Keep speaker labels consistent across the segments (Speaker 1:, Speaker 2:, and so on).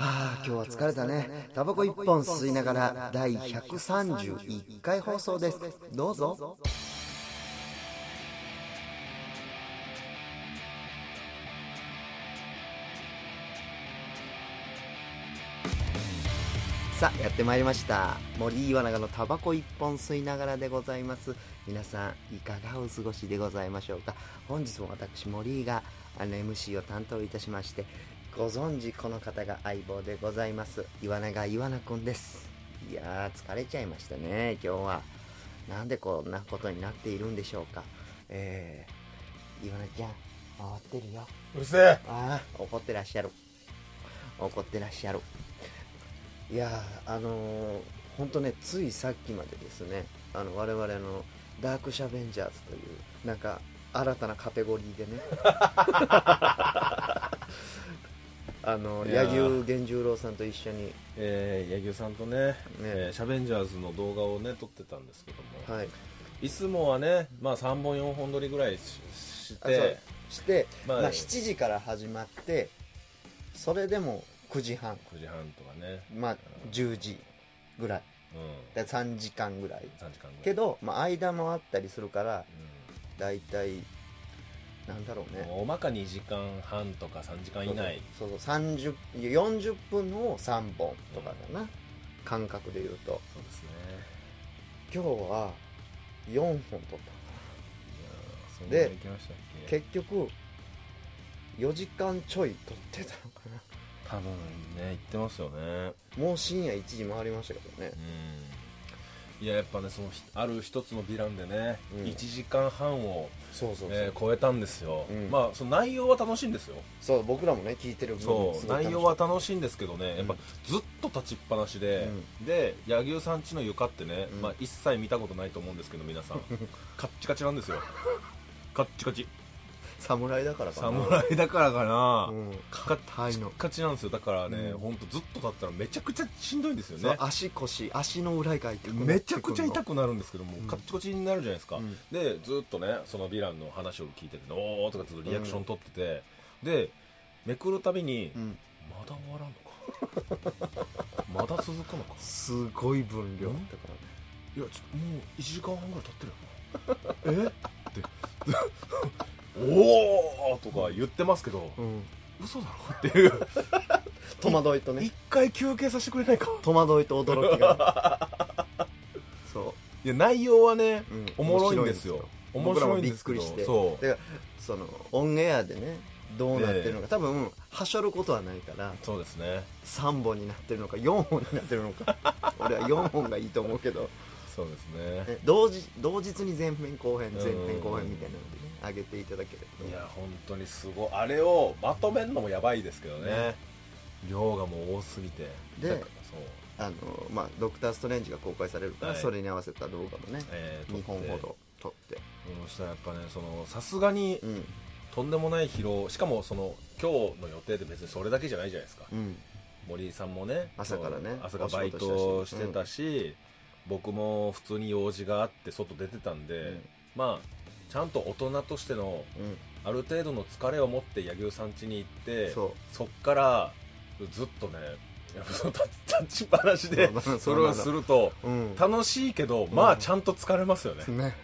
Speaker 1: 今日は疲れたねタバコ一本吸いながら第131回放送ですどうぞさあやってまいりました森岩永のタバコ一本吸いながらでございます皆さんいかがお過ごしでございましょうか本日も私森井があの MC を担当いたしましてご存知この方が相棒でございます岩永岩名くんですいやー疲れちゃいましたね今日はなんでこんなことになっているんでしょうかえー、岩名ちゃん回ってるよ
Speaker 2: うるせえ
Speaker 1: ああ怒ってらっしゃる怒ってらっしゃるいやーあのー、ほんとねついさっきまでですねあの我々のダークシャベンジャーズというなんか新たなカテゴリーでね あの
Speaker 2: いやー
Speaker 1: 柳生源十郎さんと一緒に
Speaker 2: えー、柳生さんとねえーシャベンジャーズの動画をね撮ってたんですけども、
Speaker 1: はい
Speaker 2: い、つもはね、まあ、3本4本撮りぐらいしし
Speaker 1: あそう
Speaker 2: て
Speaker 1: して、
Speaker 2: まあ
Speaker 1: まあ、7時から始まってそれでも9時半
Speaker 2: 9時半とかね、
Speaker 1: まあ10時ぐらい
Speaker 2: うん、
Speaker 1: で3時間ぐらい
Speaker 2: 3時間ぐらい
Speaker 1: け、ど、まあ、間もあったりするから
Speaker 2: う、
Speaker 1: 大体なんだろうんね
Speaker 2: もうおまか2時間半とか3時間以内
Speaker 1: そうそう30 40分を3本とかだな、感覚で言うと
Speaker 2: そうですね
Speaker 1: 今日は4本撮っ
Speaker 2: いやーそん
Speaker 1: で
Speaker 2: なに行きましたったけ
Speaker 1: 結局4時間ちょい撮ってた のかな
Speaker 2: 多分ね行ってますよね
Speaker 1: もう深夜1時回りましたけどね
Speaker 2: うんいややっぱねそのひある一つのヴィランでね、
Speaker 1: うん
Speaker 2: 1時間半を
Speaker 1: そうそうそう,、
Speaker 2: えー超えたんですよ、
Speaker 1: うん
Speaker 2: まあその内容は楽しいんですよ、
Speaker 1: そう僕らもね聞いてる分
Speaker 2: そう
Speaker 1: すごい楽し
Speaker 2: 内
Speaker 1: い
Speaker 2: 容は楽しいんですけどね、
Speaker 1: ん
Speaker 2: やっぱずっと立ちっぱなしで、で柳生さんちの床ってね、
Speaker 1: うん
Speaker 2: まあ、一切見たことないと思うんですけど皆さんカッチカチなんですよカッチカチ
Speaker 1: 侍だからかな
Speaker 2: 侍だからかな、
Speaker 1: うん
Speaker 2: カ
Speaker 1: 硬い
Speaker 2: ッチ
Speaker 1: の
Speaker 2: カチなんですよだからね、
Speaker 1: うん
Speaker 2: ほんとずっと立ったらめちゃくちゃしんどいんですよ
Speaker 1: そう
Speaker 2: ね
Speaker 1: 足腰足の裏が痛くなってくんの
Speaker 2: めちゃくちゃ痛くなるんですけども、
Speaker 1: うん
Speaker 2: カッチコチになるじゃないですか、
Speaker 1: うん
Speaker 2: でずっとねそのヴィランの話を聞いてておーとかずっとリアクション取ってて、でめくるたびに、
Speaker 1: うん
Speaker 2: まだ終わらんのか まだ続くのか
Speaker 1: すごい分量
Speaker 2: うん
Speaker 1: だからね
Speaker 2: いやちょっともう1時間半ぐらい経ってるよ えっておーとか言ってますけど、
Speaker 1: うん
Speaker 2: 嘘だろっていう
Speaker 1: 戸惑いとね
Speaker 2: 一回休憩させてくれないか
Speaker 1: 戸惑いと驚きが そ
Speaker 2: いや内容はね
Speaker 1: う、うん
Speaker 2: おもろいんですよ面
Speaker 1: 面白い
Speaker 2: 白い
Speaker 1: ん
Speaker 2: ん
Speaker 1: で
Speaker 2: ですす
Speaker 1: け
Speaker 2: け
Speaker 1: ど
Speaker 2: ど
Speaker 1: 僕らもびっくりして
Speaker 2: そ
Speaker 1: だからそのオンエアでねどうなってるのか、多分はしょることはないから
Speaker 2: うそうですね
Speaker 1: 3本になってるのか4本になってるのか 俺は4本がいいと思うけど
Speaker 2: そうですね
Speaker 1: ね同時同日に前編後編
Speaker 2: うん
Speaker 1: 前編後編みたいなのでね上げていただけれ
Speaker 2: い
Speaker 1: ば
Speaker 2: や本当にすごいあれをまとめるのもやばいですけどね量がもう多すぎて
Speaker 1: で
Speaker 2: だからそう、
Speaker 1: あのまあドクター・ストレンジが公開されるから、
Speaker 2: はい
Speaker 1: それに合わせた動画もね
Speaker 2: えー
Speaker 1: 2本ほ
Speaker 2: 撮って
Speaker 1: ど撮って
Speaker 2: そしたらやっぱねそのさすがに
Speaker 1: うん
Speaker 2: とんでもない疲労しかもその今日の予定で別にそれだけじゃないじゃないですか、
Speaker 1: うん
Speaker 2: 森井さんもね
Speaker 1: 朝からね
Speaker 2: そう朝から
Speaker 1: お仕
Speaker 2: バイ
Speaker 1: 事したし
Speaker 2: トしてたし、僕も普通に用事があって外出てたんで、
Speaker 1: うん
Speaker 2: まあちゃんと大人としての
Speaker 1: うん
Speaker 2: ある程度の疲れを持って柳生さん家に行って
Speaker 1: そう
Speaker 2: そっからずっとねやっぱその立ち立ちっぱなし で
Speaker 1: そう
Speaker 2: それをすると
Speaker 1: うん
Speaker 2: 楽しいけどまあちゃんと疲れます よね、
Speaker 1: ね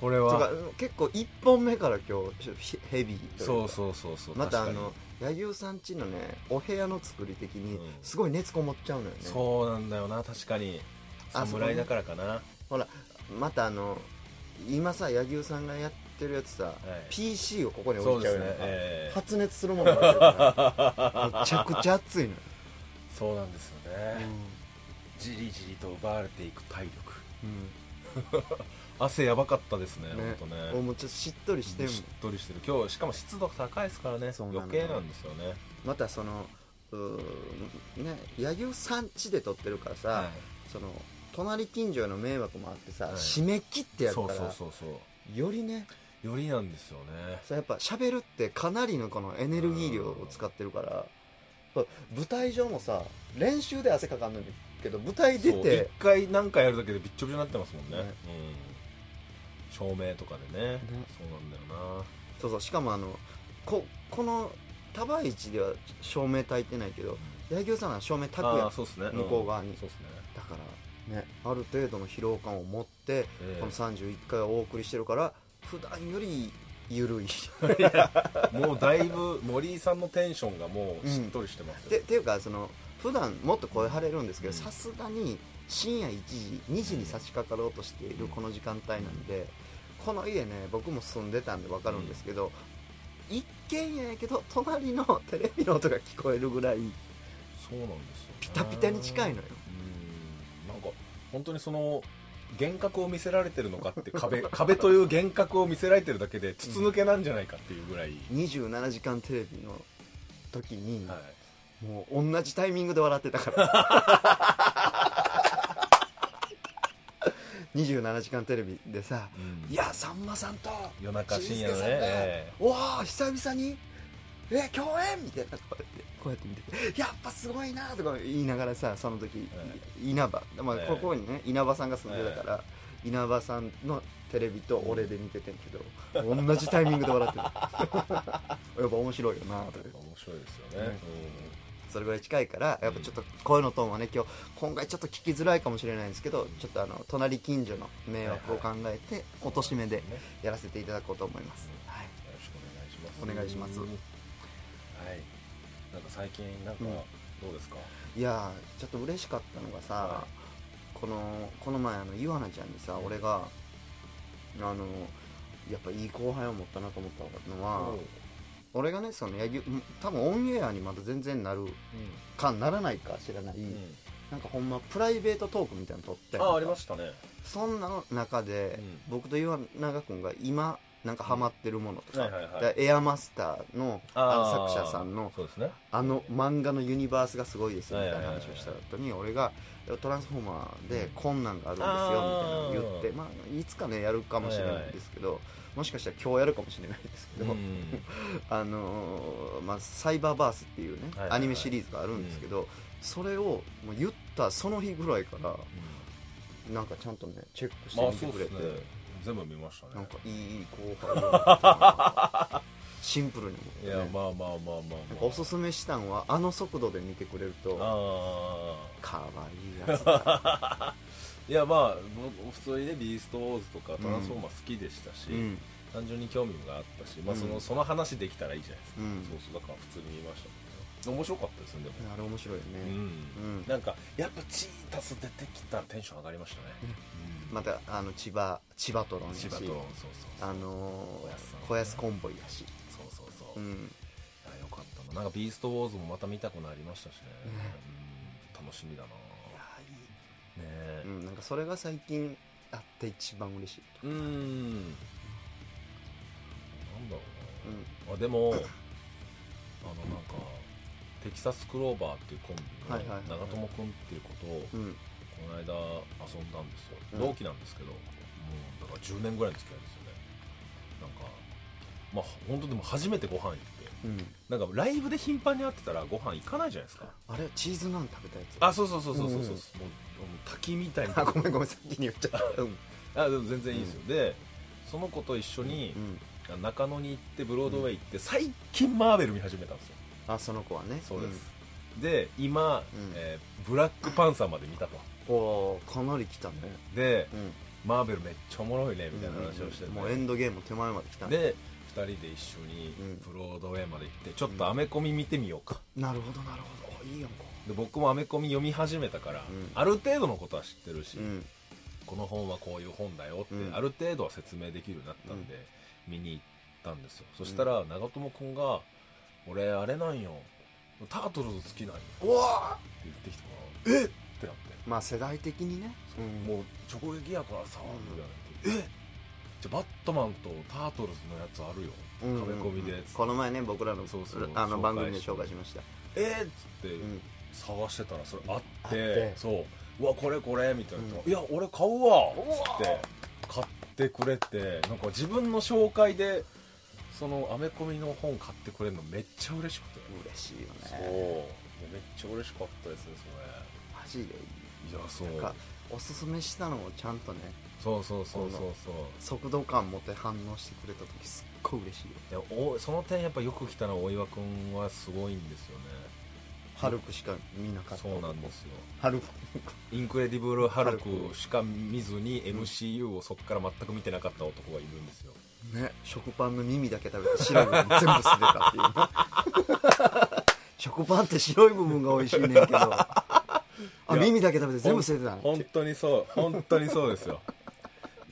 Speaker 2: これ
Speaker 1: て
Speaker 2: は
Speaker 1: か結構1本目から今日ちょっとヘヘビーというか
Speaker 2: そうそうそうそう
Speaker 1: またあ
Speaker 2: 確かに
Speaker 1: の柳生さんちのねお部屋の作り的に
Speaker 2: うん
Speaker 1: すごい熱こもっちゃうのよね、
Speaker 2: そうなんだよな確かに
Speaker 1: あそこね
Speaker 2: 侍だからかな、は
Speaker 1: ほらまたあの今さ柳生さんがやってるやつさ、
Speaker 2: い
Speaker 1: PC をここに
Speaker 2: そ
Speaker 1: 置
Speaker 2: う
Speaker 1: い
Speaker 2: で
Speaker 1: ちゃう
Speaker 2: す
Speaker 1: よ
Speaker 2: ね
Speaker 1: ね、
Speaker 2: ええ
Speaker 1: 発熱するものがある からめちゃくちゃ熱いのよ、
Speaker 2: そうなんですよね、じりじりと奪われていく体力
Speaker 1: うん
Speaker 2: 汗やばかったですね
Speaker 1: ね
Speaker 2: 本当
Speaker 1: もう
Speaker 2: ね
Speaker 1: もうちょっとしっとりしてるもん
Speaker 2: しっとりしてる今日しかも湿度高いですからね
Speaker 1: そうなのよ
Speaker 2: 余計なんですよね
Speaker 1: またそのうーんね柳生さんちで撮ってるからさ、
Speaker 2: は
Speaker 1: その隣近所への迷惑もあってさ、
Speaker 2: はい
Speaker 1: 締め切って
Speaker 2: い
Speaker 1: やるか
Speaker 2: そ
Speaker 1: ら
Speaker 2: うそうそうそう
Speaker 1: よりね
Speaker 2: よりなんですよね
Speaker 1: そうやっぱ喋るってかなりのこのエネルギー量を使ってるからこれ舞台上もさ練習で汗かかんのにけど舞台出
Speaker 2: そう
Speaker 1: て
Speaker 2: 一回何回やるだけでびっちょびちょになってますもんね
Speaker 1: ね
Speaker 2: うん、照明とかでね
Speaker 1: ね
Speaker 2: そうなんだよな
Speaker 1: そうそうしかもあのここの多場市では照明焚いてないけど柳生さんは正面拓
Speaker 2: ああ
Speaker 1: 也
Speaker 2: そうっすね
Speaker 1: 向こう側に
Speaker 2: んそうっすね
Speaker 1: だからねある程度の疲労感を持って
Speaker 2: ええ
Speaker 1: この31回をお送りしてるから普段より緩い
Speaker 2: もうだいぶ森井さんのテンションがもうしっとりしてますよ
Speaker 1: でっていうかその普段もっと声張れるんですけど
Speaker 2: うん
Speaker 1: さすがに深夜1時2時に差し掛かろうとしているこの時間帯なんでこの家ね僕も住んでたんで分かるんですけど、一軒家やけど隣のテレビの音が聞こえるぐらい
Speaker 2: そうなんですよね、ピ
Speaker 1: ピタピタに近いのよ
Speaker 2: うんなんか本当にその幻覚を見せられてるのかって壁 壁という幻覚を見せられてるだけで筒抜けなんじゃないかっていうぐらい、
Speaker 1: 27時間テレビの時に、
Speaker 2: はい、
Speaker 1: もう同じタイミングで笑ってたから 27時間テレビでさ「い
Speaker 2: や
Speaker 1: やさんまさんと
Speaker 2: 夜中深夜の
Speaker 1: 紳助さ
Speaker 2: ね、
Speaker 1: んが
Speaker 2: え
Speaker 1: おお久々にえ共演!」みたいなこうやってこうやって見て「やっぱすごいな」とか言いながらさその時、
Speaker 2: え
Speaker 1: 稲葉、まあ、
Speaker 2: ええ
Speaker 1: ここにね稲葉さんが住んでたから、稲葉さんのテレビと俺で見ててんけど、同じタイミングで笑って たやっぱ面白いよなとか
Speaker 2: え面白いですよね、
Speaker 1: ねそれぐらい近いからやっぱちょっと声のトーンはね今日今回ちょっと聞きづらいかもしれないんですけどちょっとあの隣近所の迷惑を考えて
Speaker 2: うん
Speaker 1: 落とし目で
Speaker 2: ねよ
Speaker 1: やらせていただこうと思います、はい
Speaker 2: ろしくお
Speaker 1: お
Speaker 2: 願
Speaker 1: 願
Speaker 2: い
Speaker 1: い
Speaker 2: し
Speaker 1: し
Speaker 2: ま
Speaker 1: ますす
Speaker 2: うんはいなんか最近なん
Speaker 1: う
Speaker 2: か
Speaker 1: ん
Speaker 2: どうですか、
Speaker 1: いやーちょっと嬉しかったのがさ、
Speaker 2: は
Speaker 1: このこの前あのイワナちゃんにさ俺があのやっぱいい後輩を持ったなと思ったのは、
Speaker 2: うん
Speaker 1: 俺がねその野球多分オンエアにまだ全然なるかならないか知らない、
Speaker 2: うん
Speaker 1: なんかほんまプライベートトークみたいなの撮って
Speaker 2: あありましたね
Speaker 1: そんな中で、
Speaker 2: うん
Speaker 1: 僕と岩永君が今なんかハマってるものとか,、
Speaker 2: はいはいはい
Speaker 1: だからエアマスターのあの作者さんの
Speaker 2: そうですね
Speaker 1: あの漫画のユニバースがすごいですよみたいな
Speaker 2: はいはい
Speaker 1: 話
Speaker 2: はい
Speaker 1: をした後に俺が「トランスフォーマーで困難があるんですよ」みたいなのを言って
Speaker 2: あー
Speaker 1: まあいつかねやるかもしれないんですけどもしかしたら今日やるかもしれないですけど
Speaker 2: うん
Speaker 1: あのーまあサイバーバースっていうね
Speaker 2: はいはいは
Speaker 1: ア
Speaker 2: い
Speaker 1: ニメシリーズがあるんですけどそれをもう言ったその日ぐらいからなんかちゃんとねチェックして
Speaker 2: まあ
Speaker 1: みて
Speaker 2: そう
Speaker 1: くれ
Speaker 2: です
Speaker 1: て
Speaker 2: ね全部見ましたね
Speaker 1: なんかいい後輩だなっていうのがシンプルに
Speaker 2: い
Speaker 1: 思
Speaker 2: や
Speaker 1: ってね
Speaker 2: まあまあまあまあま
Speaker 1: なん
Speaker 2: あ
Speaker 1: かおすすめしたんはあの速度で見てくれると
Speaker 2: あ
Speaker 1: かわいいやつ だ、
Speaker 2: ーいやまあ僕普通にね「ビーストウォーズ」とか「トランスフォーマー」好きでしたし、
Speaker 1: うん
Speaker 2: 単純に興味があったし、まあ、その,、
Speaker 1: うん
Speaker 2: その話できたらいいじゃないですか、
Speaker 1: うん
Speaker 2: そうそうだから普通に見ましたけどね面白かったですねでも、
Speaker 1: あれ面白いよね、
Speaker 2: うん
Speaker 1: うん
Speaker 2: なんかやっぱチータス出てきたらテンション上がりましたね、うん
Speaker 1: またあの千葉千葉トロンやし
Speaker 2: 千葉とそうそう
Speaker 1: あの
Speaker 2: 小安さん
Speaker 1: ー、小安コンボイやし、
Speaker 2: そうそうそうう、い
Speaker 1: ん、
Speaker 2: やよかったななんか「ビーストウォーズ」もまた見たくなりましたしね、うん楽しみだなねえ
Speaker 1: うん、なんかそれが最近あって一番嬉しい、
Speaker 2: うーんなんだろ
Speaker 1: う
Speaker 2: うな、
Speaker 1: ん、
Speaker 2: あでもあのなんかテキサスクローバーっていうコン
Speaker 1: はい
Speaker 2: ビ
Speaker 1: はい
Speaker 2: の
Speaker 1: はい
Speaker 2: 長友君っていうことを
Speaker 1: うん、
Speaker 2: この間遊んだんですよ、
Speaker 1: うん
Speaker 2: 同期なんですけどもうだから10年ぐらいの付き合いですよねなんかまあ本当でも初めてご飯行って
Speaker 1: うん、
Speaker 2: なんかライブで頻繁に会ってたらご飯行かないじゃないですか
Speaker 1: あれチーズナン食べたやつ
Speaker 2: あそうそうそうそうそうそ
Speaker 1: う
Speaker 2: う、
Speaker 1: んうん
Speaker 2: もうもう滝みたいな
Speaker 1: あ ごめんごめん先に言っちゃったうん、
Speaker 2: あでも全然いいですよ、でその子と一緒に、
Speaker 1: うん、
Speaker 2: 中野に行ってブロードウェイ行って、最近マーベル見始めたんですよ
Speaker 1: あその子はね
Speaker 2: そうです、で今、
Speaker 1: ん
Speaker 2: えーブラックパンサーまで見たと
Speaker 1: うん、おーかなり来たね
Speaker 2: で
Speaker 1: うん
Speaker 2: マーベルめっちゃおもろいねみたいな話をしてて、
Speaker 1: もうエンドゲーム手前まで来たね
Speaker 2: で2人で一緒に
Speaker 1: うん
Speaker 2: ブロードウェイまで行ってちょっとアメコミ見てみようか、
Speaker 1: なるほどなるほどいいやんか
Speaker 2: で僕もアメコミ読み始めたから、
Speaker 1: うん
Speaker 2: ある程度のことは知ってるし、
Speaker 1: うん
Speaker 2: この本はこういう本だよって、
Speaker 1: うん
Speaker 2: ある程度は説明できるようになったんで、見に行ったんですよそしたら長友君が「俺あれなんよタートルズ好きなんよ」
Speaker 1: おお
Speaker 2: って言ってきたから「えっ!」ってなって
Speaker 1: まあ世代的にねう
Speaker 2: 「
Speaker 1: ん
Speaker 2: もう直撃やからさ」
Speaker 1: うん
Speaker 2: みたいな言って「えっ!」じゃあバットマンとタートルズのやつあるよ
Speaker 1: うん
Speaker 2: 壁込みで」つって
Speaker 1: この前ね僕らの
Speaker 2: そうそう
Speaker 1: あの
Speaker 2: 紹介して
Speaker 1: 番組で紹介しました、
Speaker 2: 「えっ!」っつって
Speaker 1: うん
Speaker 2: 探してたらそれあ
Speaker 1: あ
Speaker 2: っ
Speaker 1: ってて
Speaker 2: そう「うわこれこれ」みたいな「
Speaker 1: う
Speaker 2: いや俺買うわ」
Speaker 1: うわ
Speaker 2: っつって買ってくれてなんか自分の紹介でそのアメコミの本買ってくれるのめっちゃ嬉しくて、
Speaker 1: 嬉しいよ
Speaker 2: そう
Speaker 1: ね
Speaker 2: めっちゃ嬉しかったですねそ
Speaker 1: マジで
Speaker 2: れいやそう
Speaker 1: なんかおすすめしたのをちゃんとね
Speaker 2: そうそうそうそうそう
Speaker 1: 速度感持って反応してくれた時すっごい嬉しいよ
Speaker 2: でおその点やっぱよく来たのは大岩君はすごいんですよね
Speaker 1: ハルクしか見なかった
Speaker 2: そうなんですよ
Speaker 1: ハルク
Speaker 2: インクレディブル・ハルクしか見ずに MCU をそこから全く見てなかった男がいるんですよ
Speaker 1: ね食パンの耳だけ食べて白い部分全部捨てたっていうね食パンって白い部分が美味しいねんけどあ
Speaker 2: いや
Speaker 1: 耳だけ食べて全部捨ててたの
Speaker 2: 本当にそう本当にそうですよ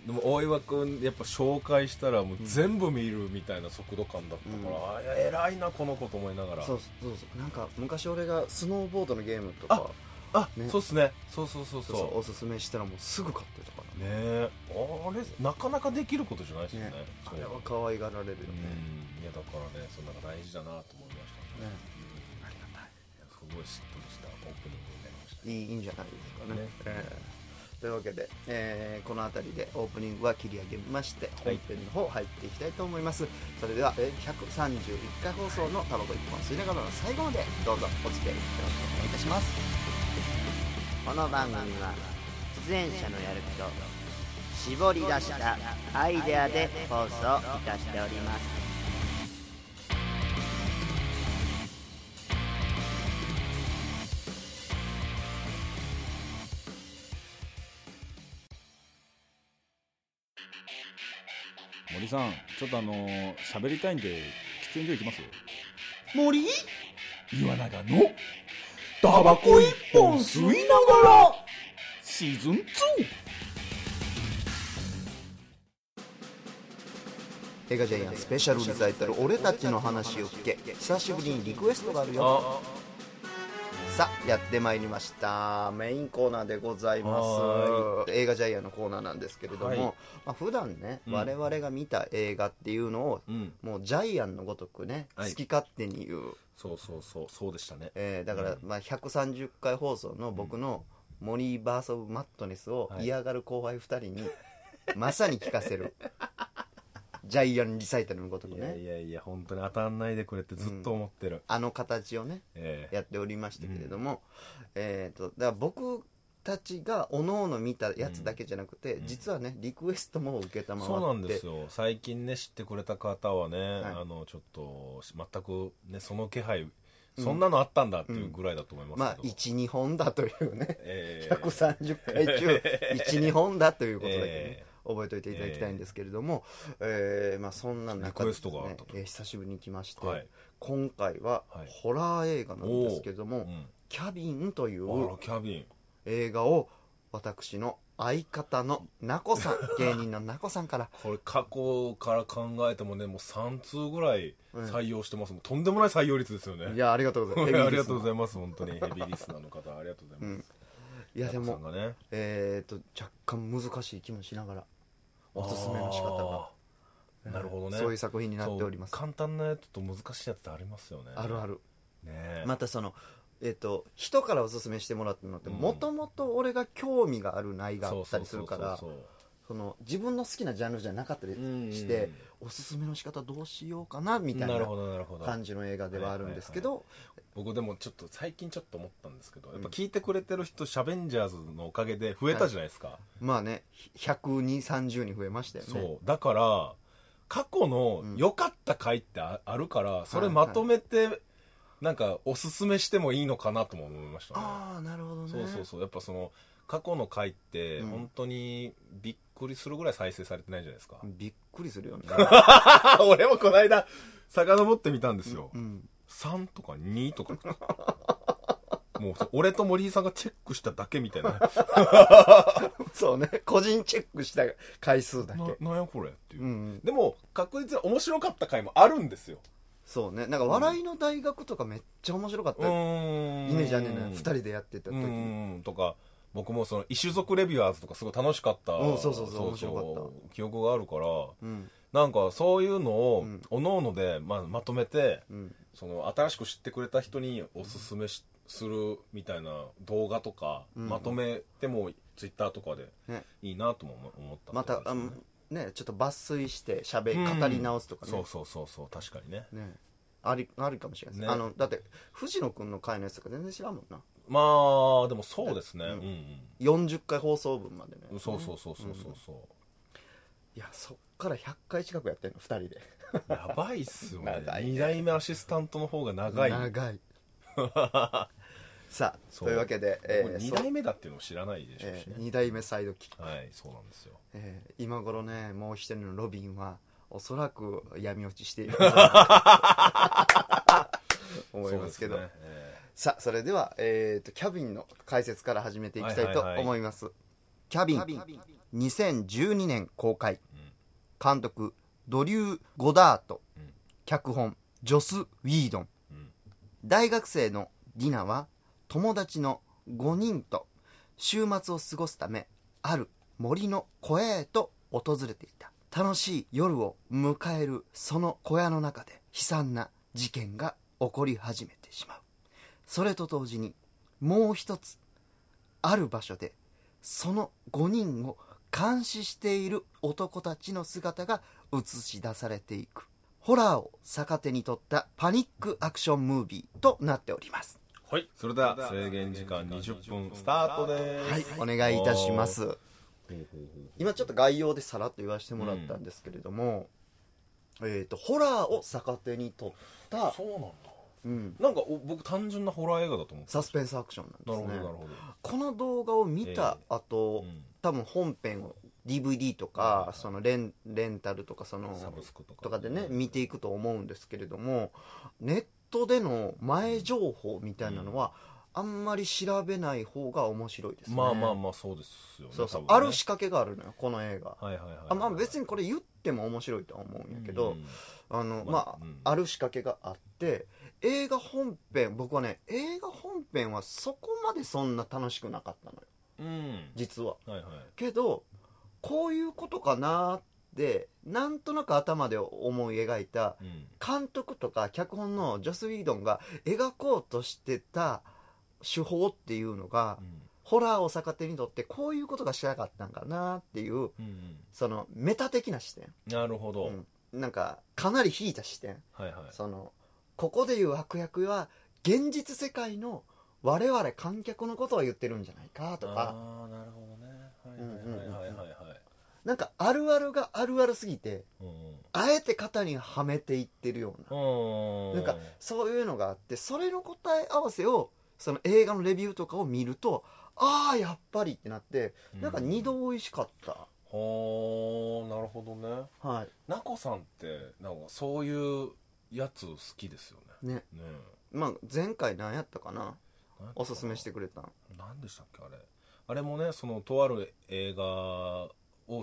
Speaker 2: でも大岩君やっぱ紹介したらもう全部見るみたいな速度感だったから、あいや偉いなこの子と思いながら
Speaker 1: そうそうそうなんか昔俺がスノーボードのゲームとか
Speaker 2: あ、
Speaker 1: ね
Speaker 2: そうっすねそうそうそうそ
Speaker 1: そう
Speaker 2: う
Speaker 1: そうおすすめしたらもうすぐ買ってたからね
Speaker 2: ねえあれなかなかできることじゃないですよね
Speaker 1: ね
Speaker 2: そ
Speaker 1: あ
Speaker 2: う
Speaker 1: れは可愛がられるよね
Speaker 2: うんいやだからねそんなのが大事だなと思いましたね
Speaker 1: ね
Speaker 2: うん
Speaker 1: ありがたい
Speaker 2: すごいしっとりしたオープニングになりましたね
Speaker 1: いいいいんじゃないですかね
Speaker 2: ね
Speaker 1: えーというわけで、えーこの辺りでオープニングは切り上げまして
Speaker 2: は
Speaker 1: 本
Speaker 2: い
Speaker 1: 編の方入っていきたいと思います、それでは、えー131回放送の「タバコ一本吸いながら」の最後までどうぞお付き合いよろしくお願いいたしますこの番組は出演者のやる気と絞り出したアイデアで放送いたしております
Speaker 3: 森さんちょっとあのー喋りたいんで喫煙所行きます
Speaker 1: 森
Speaker 3: 岩永のタバコ一本吸いながらシーズン2
Speaker 1: 映画ジャイアンスペシャルリザイタル俺たちの話を聞け久しぶりにリクエストがあるよ
Speaker 2: あ
Speaker 1: さあやってまいりましたメインコーナーでございま
Speaker 2: は
Speaker 1: す映画ジャイアンのコーナーなんですけれども、
Speaker 2: はい
Speaker 1: まあ、普段ね、
Speaker 2: うん
Speaker 1: 我々が見た映画っていうのを、
Speaker 2: うん
Speaker 1: もうジャイアンのごとくね、
Speaker 2: はい
Speaker 1: 好き勝手に言う、
Speaker 2: そうそうそうそうでしたね
Speaker 1: えーだから、まあ、130回放送の僕の「モリーバース・オブ・マットネス」を
Speaker 2: はい
Speaker 1: 嫌がる後輩2人に、まさに聞かせ るジャイアンリサイタルのごとく
Speaker 2: い
Speaker 1: ね
Speaker 2: やいやいや本当に当たんないでくれってずっと思ってる、
Speaker 1: あの形をね
Speaker 2: ええ
Speaker 1: やっておりましたけれども、えっ、とだから僕たちがおのおの見たやつだけじゃなくて、
Speaker 2: ん
Speaker 1: 実はねリクエストも受けたま
Speaker 2: そうな
Speaker 1: わ
Speaker 2: ん
Speaker 1: っ
Speaker 2: で
Speaker 1: て
Speaker 2: すよ最近ね知ってくれた方はね、
Speaker 1: はい
Speaker 2: あのちょっと全くねその気配そんなのあったんだっていうぐらいだと思います
Speaker 1: まあ
Speaker 2: けど、
Speaker 1: 12本だというね
Speaker 2: ええ
Speaker 1: 130回 中12本だということだけね、
Speaker 2: え
Speaker 1: 覚えておいていただきたいんですけれども、えーまあ、そんな中
Speaker 2: リク
Speaker 1: で
Speaker 2: エストがあったと
Speaker 1: えー久しぶりに来まして、
Speaker 2: はい
Speaker 1: 今回は
Speaker 2: はい
Speaker 1: ホラー映画なんですけれども「
Speaker 2: うん
Speaker 1: キャビン」とい
Speaker 2: あ
Speaker 1: う
Speaker 2: らキャビン
Speaker 1: 映画を私の相方のなこさん芸人のなこさんから
Speaker 2: これ過去から考えてもねもう3通ぐらい採用してます、もうとんでもない採用率ですよね
Speaker 1: いやありがとうご ざいます
Speaker 2: ありがとうござい
Speaker 1: ま
Speaker 2: ます本当にヘビーリスナーの方ありがとうございます、
Speaker 1: すいやで
Speaker 2: さん
Speaker 1: も
Speaker 2: がね
Speaker 1: えー、と若干難しい気もしながらおすすめの仕方が
Speaker 2: あーなるほどね
Speaker 1: そういう作品になっております
Speaker 2: そう簡単なやつと難しいやつってありますよね
Speaker 1: あるある
Speaker 2: ねえ
Speaker 1: またそのえっ、と人からおすすめしてもらったのってもともと俺が興味がある内があったりするから
Speaker 2: そうそうそう
Speaker 1: その自分の好きなジャンルじゃなかったり
Speaker 2: そううん
Speaker 1: しておすすめの仕方どうしようかなみたい
Speaker 2: なる
Speaker 1: な
Speaker 2: ほどなるほど
Speaker 1: 感じの映画ではあるんですけど
Speaker 2: 僕でもちょっと最近ちょっと思ったんですけどやっぱ聞いてくれてる人シャベンジャーズのおかげで増えたじゃないですか、
Speaker 1: まあね12030に増えましたよね
Speaker 2: そうだから過去の良かった回ってああるから、それまとめてなんかおすすめしてもいいのかなとも思いましたね
Speaker 1: ああなるほどね
Speaker 2: そうそうそうやっぱその過去の回って
Speaker 1: うん
Speaker 2: 本当にびっくりするぐらい再生されてないじゃないですか、
Speaker 1: びっくりするよね
Speaker 2: あ 俺もこの間遡ってみたんですよ、
Speaker 1: うん
Speaker 2: 3とか2とか もう俺と森井さんがチェックしただけみたいな
Speaker 1: そうね個人チェックした回数だけ
Speaker 2: ななんやこれっていう、
Speaker 1: うん
Speaker 2: でも確実に面白かった回もあるんですよ
Speaker 1: そうねなんか笑いの大学とかめっちゃ面白かった
Speaker 2: う
Speaker 1: よ
Speaker 2: ーん
Speaker 1: イメージあんねんな2人でやってた
Speaker 2: う
Speaker 1: 時に
Speaker 2: ーんとか僕もその異種族レビュアーズとかすごい楽しかった
Speaker 1: うんそうそうそう面白かった
Speaker 2: 記憶があるから
Speaker 1: うん
Speaker 2: なんかそういうのを
Speaker 1: うん
Speaker 2: おのおので、まあ、まとめて
Speaker 1: うん
Speaker 2: その新しく知ってくれた人におすすめしするみたいな動画とか、
Speaker 1: うん
Speaker 2: まとめてもツイッターとかで
Speaker 1: ね
Speaker 2: いいなとも思思った
Speaker 1: またあのねちょっと抜粋してしゃべ語り直すとか
Speaker 2: そ
Speaker 1: ね
Speaker 2: うそうそうそう確かにね
Speaker 1: ねありありかもしれないです
Speaker 2: ね
Speaker 1: あのだって藤野君の回のやつとか全然知らんもんな
Speaker 2: まあでもそうですね、
Speaker 1: う
Speaker 2: うんんうん
Speaker 1: 40回放送分までね
Speaker 2: そうそうそうそうそうそう、
Speaker 1: いやそっから100回近くやってんの2人で
Speaker 2: やばいっすよね
Speaker 1: 長いね
Speaker 2: 2代目アシスタントの方が長い
Speaker 1: 長いさあ
Speaker 2: そう
Speaker 1: というわけで、え
Speaker 2: 僕
Speaker 1: ー
Speaker 2: 二
Speaker 1: そう
Speaker 2: 代目だっていうのも知らないでしょう
Speaker 1: え
Speaker 2: しね、
Speaker 1: ー二代目サイドキック、
Speaker 2: はいそうなんですよ
Speaker 1: えー今頃ねもう一人のロビンはおそらく闇落ちしている思いますけど
Speaker 2: そうですねえ
Speaker 1: さあそれでは、えー、とキャビンの解説から始めていきたいと
Speaker 2: はいはいはい
Speaker 1: 思います、キャビン2012年公開、監督ドリュー・ゴダート、
Speaker 2: ん
Speaker 1: 脚本ジョス・ウィードン、
Speaker 2: ん
Speaker 1: 大学生のディナは友達の5人と週末を過ごすためある森の小屋へと訪れていた楽しい夜を迎えるその小屋の中で悲惨な事件が起こり始めてしまうそれと同時にもう一つある場所でその5人を監視している男たちの姿が映し出されていくホラーを逆手に取ったパニックアクションムービーとなっております
Speaker 2: はいそれでは制限時間20分スタートです
Speaker 1: はいお願いいたします今ちょっと概要でさらっと言わせてもらったんですけれども、えっ、とホラーを逆手に取った、
Speaker 2: そうなんだ
Speaker 1: うん、
Speaker 2: なんかお僕単純なホラー映画だと思って
Speaker 1: サスペンスアクション
Speaker 2: たな
Speaker 1: なん
Speaker 2: る
Speaker 1: で
Speaker 2: ほど
Speaker 1: す
Speaker 2: な
Speaker 1: ね
Speaker 2: るほど
Speaker 1: この動画を見た後、
Speaker 2: うん
Speaker 1: 多分本編を DVD と
Speaker 2: はい
Speaker 1: か
Speaker 2: はい
Speaker 1: そのレンレンタルとかその
Speaker 2: サブスクとか
Speaker 1: とかでね
Speaker 2: うん
Speaker 1: 見ていくと思うんですけれどもネットでの前情報みたいなのはあんまり調べない方が面白いですね
Speaker 2: まあまあまあそうですよね
Speaker 1: そうそう
Speaker 2: 多
Speaker 1: あ
Speaker 2: 分ね
Speaker 1: る仕掛けがあるのよこの映画
Speaker 2: はいはいはい
Speaker 1: あまあ別
Speaker 2: に
Speaker 1: にこれ言っても面白いとは思うんやけど、あの
Speaker 2: まあ
Speaker 1: まあ、
Speaker 2: うん
Speaker 1: ある仕掛けがあって映画本編僕はね映画本編はそこまでそんな楽しくなかったのよ
Speaker 2: うん
Speaker 1: 実は
Speaker 2: はいはい
Speaker 1: けどこういうことかなーってなんとなく頭で思い描いた
Speaker 2: うん
Speaker 1: 監督とか脚本のジョス・ウィードンが描こうとしてた手法っていうのが、
Speaker 2: うん
Speaker 1: ホラーを逆手にとってこういうことがしたかったんかなっていう
Speaker 2: うんうん
Speaker 1: そのメタ的な視点、
Speaker 2: なるほど
Speaker 1: うんなんかかなり引いた視点、
Speaker 2: はいはい
Speaker 1: そのここでいう悪役は現実世界の我々観客のことを言ってるんじゃないかとか
Speaker 2: ああなるほどねはい
Speaker 1: うんうんうん
Speaker 2: はいはいはいはい
Speaker 1: なんかあるあるがあるあるすぎて
Speaker 2: うんうん
Speaker 1: あえて肩にはめていってるようななんかそういうのがあってそれの答え合わせをその映画のレビューとかを見るとああやっぱりってなってなんか二度美味しかった、
Speaker 2: ほーなるほどね
Speaker 1: はい
Speaker 2: なこさんってなんかそういうやつ好きですよね
Speaker 1: ね
Speaker 2: ね
Speaker 1: まあ前回何やったかな
Speaker 2: え
Speaker 1: おすすめしてくれたん
Speaker 2: 何でしたっけあれあれもねそのとある映画を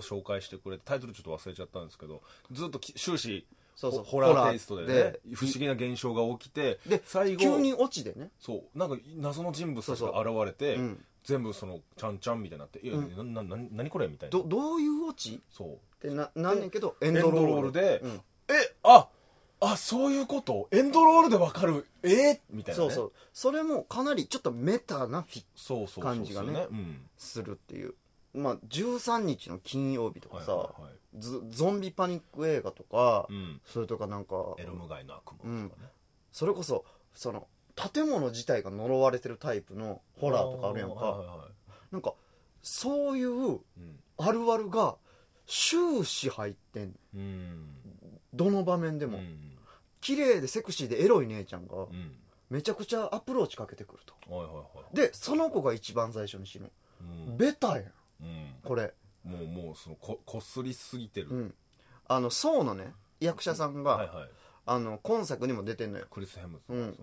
Speaker 2: 紹介してくれてタイトルちょっと忘れちゃったんですけどずっとき終始
Speaker 1: そうそう
Speaker 2: ホホラーテイストでね不思
Speaker 1: 議
Speaker 2: 議な現象が起きて
Speaker 1: で
Speaker 2: 最後
Speaker 1: 急に落ちでね
Speaker 2: そうなんか謎の人物たち
Speaker 1: そう
Speaker 2: が現れて
Speaker 1: うん
Speaker 2: 全部そのちゃんちゃんみたいになって「いや、
Speaker 1: う
Speaker 2: ななな何これ?」みたいな
Speaker 1: どどういう落ちっ
Speaker 2: そう
Speaker 1: てななんねんけどエ
Speaker 2: エ
Speaker 1: ン
Speaker 2: ン
Speaker 1: ド
Speaker 2: ド
Speaker 1: ロ
Speaker 2: ロ
Speaker 1: ール
Speaker 2: ールで、
Speaker 1: うん
Speaker 2: えああそういうことエンドロールでわかるえーみたいな、
Speaker 1: そ
Speaker 2: ね、
Speaker 1: うそうそれもかなりちょっとメタなフィ
Speaker 2: そうそうそう
Speaker 1: 感じがね
Speaker 2: そうですようん
Speaker 1: するっていうまあ13日の金曜日とか
Speaker 2: はい
Speaker 1: さ、
Speaker 2: はいはい
Speaker 1: ゾゾンビパニック映画とか、
Speaker 2: うん、
Speaker 1: それとかなんか
Speaker 2: エルム街の悪魔と
Speaker 1: う
Speaker 2: かね
Speaker 1: ん、それこそその建物自体が呪われてるタイプのホラーとかあるやん
Speaker 2: ーはい
Speaker 1: か
Speaker 2: はいは
Speaker 1: なんかそういう
Speaker 2: いうん
Speaker 1: あるあるが終始入ってん
Speaker 2: うん
Speaker 1: どの場面で
Speaker 2: で
Speaker 1: も、
Speaker 2: うん
Speaker 1: 綺麗でセクシーでエロい姉ちゃんが
Speaker 2: うん
Speaker 1: めちゃくちゃアプローチかけてくると
Speaker 2: はいはいはい
Speaker 1: でその子が一番最初に死ぬ
Speaker 2: うん
Speaker 1: ベタやん
Speaker 2: うん
Speaker 1: これ
Speaker 2: もうもうそのここすりすぎてる、
Speaker 1: うんあのソーのね役者さんが、
Speaker 2: はいはい
Speaker 1: あの今作にも出てんのよ
Speaker 2: クリス・ヘムズ
Speaker 1: うん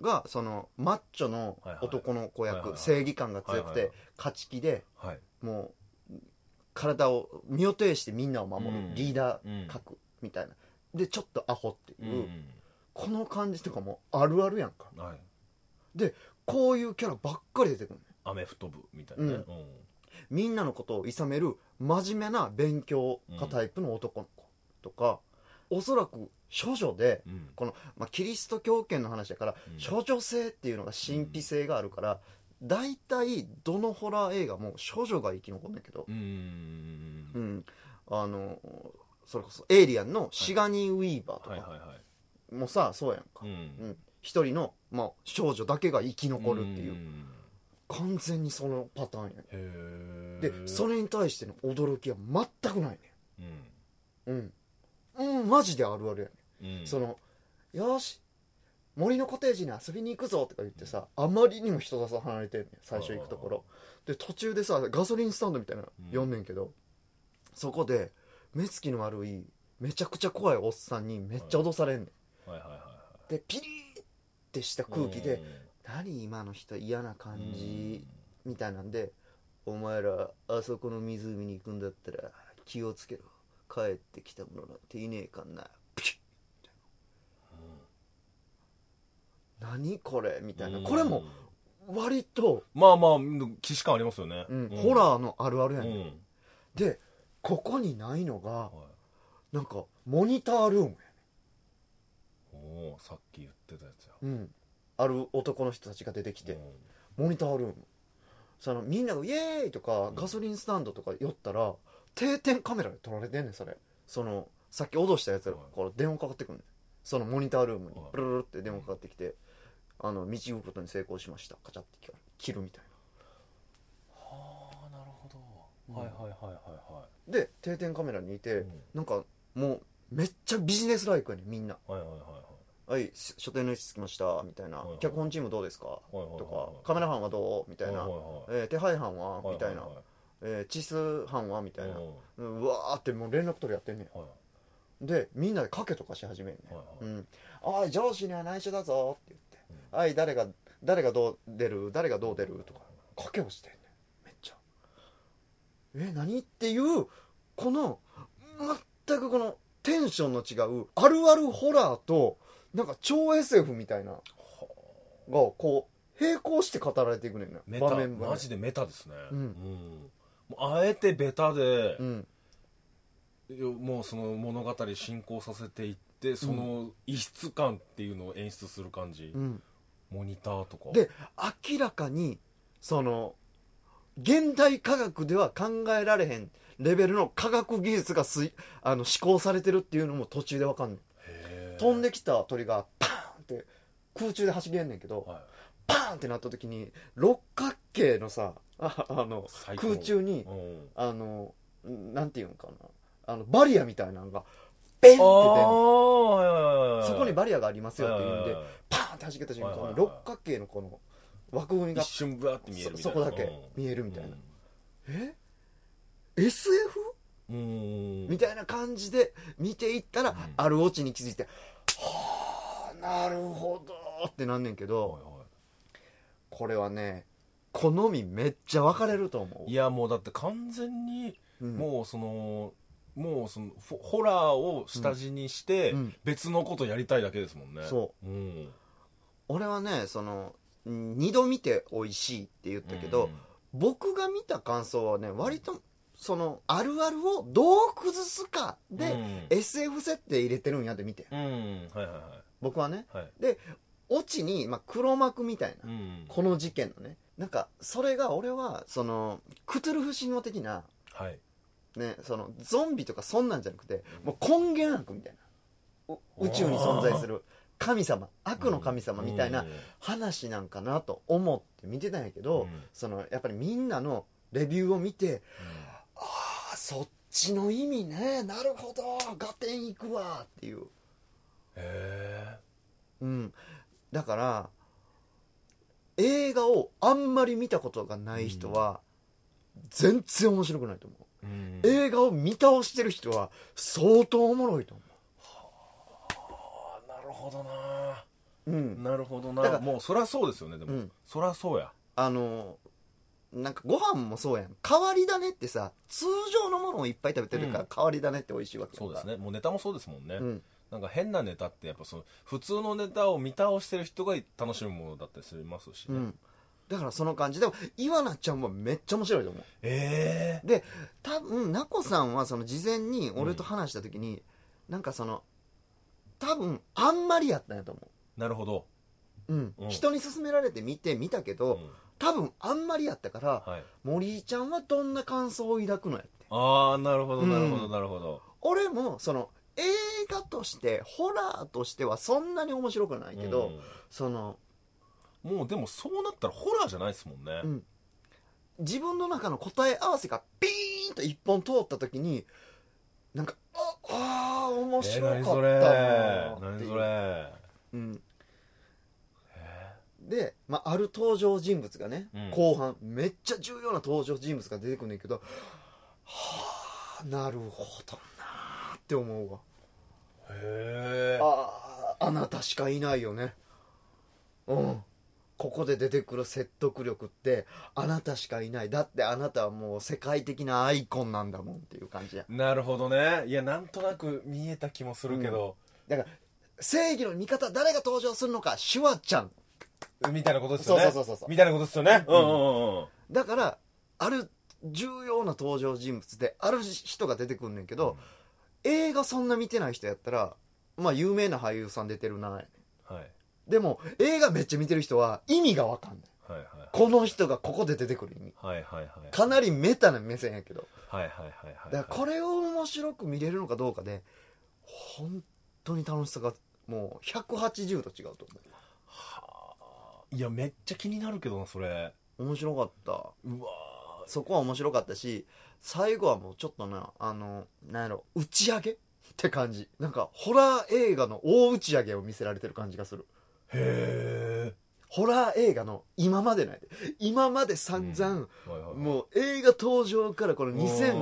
Speaker 1: がそのマッチョの男の子役、
Speaker 2: はいはいはいはいはい
Speaker 1: 正義感が強くて、
Speaker 2: はいはいはい
Speaker 1: 勝ち気で
Speaker 2: はい
Speaker 1: もう体を身を挺してみんなを守る、
Speaker 2: うん
Speaker 1: リーダー格みたいな、でちょっとアホっていうう、
Speaker 2: ん
Speaker 1: この感じとかもあるあるやんか
Speaker 2: うんはい
Speaker 1: こういうキャラばっかり出てくる
Speaker 2: アメフト部みたいなね、
Speaker 1: うん
Speaker 2: うん
Speaker 1: みんなのことをいさめる真面目な勉強家タイプの男の子とか、おそらく処女で、
Speaker 2: うん
Speaker 1: この、まあ、キリスト教圏の話だから、
Speaker 2: うん
Speaker 1: 処女性っていうのが神秘性があるから、大体どのホラー映画も処女が生き残んだけど、
Speaker 2: うん
Speaker 1: うんあのそれこそ「エイリアン」のシガニー・ウィーバーと
Speaker 2: はい
Speaker 1: か
Speaker 2: はいはい
Speaker 1: もさ、そうやんか、
Speaker 2: うん
Speaker 1: うん一人の、まあ、少女だけが生き残るっていう、
Speaker 2: ん
Speaker 1: 完全にそのパターンやね
Speaker 2: へえ
Speaker 1: でそれに対しての驚きは全くないね
Speaker 2: うん
Speaker 1: うんうんマジであるあるやね、
Speaker 2: うん
Speaker 1: そのよし森のコテージに遊びに行くぞとか言ってさあまりにも人がさ離れてんねん最初行くところで途中でさガソリンスタンドみたいなの
Speaker 2: うん
Speaker 1: 呼んねんけど、そこで目つきの悪いめちゃくちゃ怖いおっさんにめっちゃ脅されんねん
Speaker 2: はいはいはいは
Speaker 1: でピリーってした
Speaker 2: い
Speaker 1: 空気で
Speaker 2: うん
Speaker 1: 「何今の人嫌な感じ」みたいなんで「お前らあそこの湖に行くんだったら気をつけろ帰ってきた者なんていねえかんな」ピキッ何これみたいな
Speaker 2: うん
Speaker 1: これも割と、
Speaker 2: まあまあ既視感ありますよね、
Speaker 1: うんホラーのあるある
Speaker 2: ー
Speaker 1: や
Speaker 2: うん
Speaker 1: ね、
Speaker 2: ん
Speaker 1: でここにないのが
Speaker 2: はい
Speaker 1: なんかモニタールームや、
Speaker 2: おーさっき言ってたやつや
Speaker 1: うん、ある男の人たちが出てきて
Speaker 2: うん、
Speaker 1: モニタールームそのみんなが「イエーイ!」とか
Speaker 2: ん
Speaker 1: ガソリンスタンドとか寄ったら定点カメラで撮られてんねんそれそのさっき脅したやつらから電話かかってくんねんそのモニタールームに
Speaker 2: はい
Speaker 1: ブルルルって電話かかってきて「あの導くことに成功しました」カチャって切る切るみたい
Speaker 2: ああなるほ
Speaker 1: うん
Speaker 2: ど、はいはいはいはいは
Speaker 1: なで定点カメラにいて、
Speaker 2: い、うん
Speaker 1: なんかもうめっちゃビジネスライクやねんみんな
Speaker 2: はいはいはいはい
Speaker 1: 「はいし書店の位置つきました」みたいな
Speaker 2: はいはい
Speaker 1: 「脚本チームどうですか?」
Speaker 2: はいはいはい
Speaker 1: とか「カメラ班はどう?」みたいな
Speaker 2: はいはい
Speaker 1: 「えー手配班は?」
Speaker 2: はい
Speaker 1: みたいな
Speaker 2: はは
Speaker 1: 「えー地図班は?」みたいな
Speaker 2: うんは
Speaker 1: うんうわーってもう連絡取りやってんね
Speaker 2: いは
Speaker 1: んでみんなで賭けとかし始めんね
Speaker 2: いはい
Speaker 1: ん、うん、おい上司には内緒だぞって言って、はい誰が誰がどう出る誰がどう出るとか賭けをしてんねんめっちゃえ何っていうこの全くこのテンションの違うあるあるホラーとなんか超 SF みたいながこう並行して語られていくねんな
Speaker 2: メ
Speaker 1: 場
Speaker 2: タ
Speaker 1: 面場面
Speaker 2: マジでメタですね
Speaker 1: うん
Speaker 2: もうあえてベタで
Speaker 1: う、ん
Speaker 2: もうその物語進行させていってその異質感っていうのを演出する感じ、
Speaker 1: うん
Speaker 2: モニターとか
Speaker 1: で明らかにその現代科学では考えられへんレベルの科学技術がすいあの施行されてるっていうのも途中でわかんない
Speaker 2: へー
Speaker 1: 飛んできた鳥がパーンって空中で走りえんねんけど
Speaker 2: はい
Speaker 1: パーンってなった時に六角形のさああの
Speaker 2: 最高
Speaker 1: 空中に
Speaker 2: うん
Speaker 1: あのなんていうんかなあのバリアみたいなのがベンって出ん
Speaker 2: あ
Speaker 1: の
Speaker 2: あはいはいはい
Speaker 1: そこにバリアがありますよっていうん
Speaker 2: はい
Speaker 1: で
Speaker 2: はいはい
Speaker 1: パーンって弾けた瞬
Speaker 2: はいはい
Speaker 1: 間
Speaker 2: はい
Speaker 1: 六角形のこの枠組みが
Speaker 2: 一瞬ブワーって見えるみたい
Speaker 1: そ
Speaker 2: な
Speaker 1: そこだ
Speaker 2: う
Speaker 1: け
Speaker 2: ん
Speaker 1: 見えるみたいな、え SF?
Speaker 2: うんうん
Speaker 1: みたいな感じで見ていったら、
Speaker 2: ん
Speaker 1: あるオチに気づいてはあなるほどってなんねんけど、
Speaker 2: はいは
Speaker 1: これはね好みめっちゃ分かれると思
Speaker 2: いいやもうだって完全に
Speaker 1: う、うん
Speaker 2: もうその、もうそのフォホラーを下地にして
Speaker 1: うんうん
Speaker 2: 別のことやりたいだけですもんね、、
Speaker 1: そう
Speaker 2: ん、
Speaker 1: 俺はねそのうん二度見て美味しいって言ったけど、僕が見た感想はね割とそのあるあるをどう崩すか
Speaker 2: うん
Speaker 1: で、SF 設定入れてるんやで見て
Speaker 2: うん、うんはいはいは
Speaker 1: 僕はね
Speaker 2: いはい、
Speaker 1: オチに、まあ、黒幕みたいな、
Speaker 2: うん、
Speaker 1: この事件のねなんかそれが俺はそのクトゥルフ神話的な、
Speaker 2: はい
Speaker 1: ね、そのゾンビとかそんなんじゃなくてもう根源悪みたいなう宇宙に存在する神様悪の神様みたいな話なんかなと思って見てたんやけど、
Speaker 2: うん
Speaker 1: そのやっぱりみんなのレビューを見てああそっちの意味ねなるほど合点いくわっていう
Speaker 2: へえ
Speaker 1: うん、だから映画をあんまり見たことがない人は、全然面白くないと思う、
Speaker 2: うん
Speaker 1: 映画を見倒してる人は相当おもろいと思
Speaker 2: あなるほどな
Speaker 1: ううん
Speaker 2: なるほど
Speaker 1: だか
Speaker 2: な
Speaker 1: ら
Speaker 2: もうそりゃそうですよねでも、
Speaker 1: うん
Speaker 2: そりゃそうや
Speaker 1: あのなんかご飯もそうやん変わり種ってさ通常のものをいっぱい食べてるから、
Speaker 2: うん
Speaker 1: 変わり種って美味しいわけや
Speaker 2: そ
Speaker 1: ん
Speaker 2: う
Speaker 1: か
Speaker 2: ですねもうネタもそうですもんね、
Speaker 1: うん
Speaker 2: なんか変なネタってやっぱその普通のネタを見倒してる人が楽しむものだったりしますし
Speaker 1: う
Speaker 2: ね、
Speaker 1: んだからその感じでもイワナちゃんはめっちゃ面白いと思う
Speaker 2: ええ
Speaker 1: で多分ナコさんはその事前に俺と話した時に、なんかその多分あんまりやったんやと思
Speaker 2: なるほど、
Speaker 1: う、うん
Speaker 2: うん
Speaker 1: 人に勧められて見て見たけど、
Speaker 2: うん
Speaker 1: 多分あんまりやったから、
Speaker 2: はい、
Speaker 1: 森井ちゃんはどんな感想を抱くのやって
Speaker 2: ああなるほどなるほど、
Speaker 1: うん
Speaker 2: なるほど
Speaker 1: 俺もその映画としてホラーとしてはそんなに面白くないけど、その
Speaker 2: うんもうでもそうなったらホラーじゃないですもんね、
Speaker 1: うん自分の中の答え合わせがピーンと一本通った時になんかああー面白かったなーっていう
Speaker 2: 何それ何それ
Speaker 1: うん、で、まあ、ある登場人物がね、
Speaker 2: うん
Speaker 1: 後半めっちゃ重要な登場人物が出てくるんだけどはあなるほどなーって思うわ
Speaker 2: へえ
Speaker 1: あああなたしかいないよねうんここで出てくる説得力ってあなたしかいないだってあなたはもう世界的なアイコンなんだもんっていう感じや
Speaker 2: なるほどねいやなんとなく見えた気もするけど、
Speaker 1: だから正義の味方誰が登場するのかシュワちゃん
Speaker 2: みたいなことですよね
Speaker 1: そうそうそうそう
Speaker 2: みたいなことですよねうんうんうんうん
Speaker 1: だからある重要な登場人物である人が出てくんねんけど、映画そんな見てない人やったらまあ有名な俳優さん出てるなやね
Speaker 2: はい
Speaker 1: んでも映画めっちゃ見てる人は意味がわかんない
Speaker 2: はいはい
Speaker 1: この人がここで出てくる意味
Speaker 2: はいはいはい
Speaker 1: かなりメタな目線やけど
Speaker 2: はいはいはいは
Speaker 1: だ
Speaker 2: い
Speaker 1: からこれを面白く見れるのかどうかで本当に楽しさがもう180度違うと思
Speaker 2: いやめっちゃ気になるけどなそれ
Speaker 1: う面白かった
Speaker 2: うわ
Speaker 1: そこは面白かったし最後はもうちょっとなあのなんやろ打ち上げって感じなんかホラー映画の大打ち上げを見せられてる感じがする
Speaker 2: ーへ
Speaker 1: ホラー映画の今までない今まで散々、
Speaker 2: え、はいはい、
Speaker 1: もう映画登場からこの2000
Speaker 2: う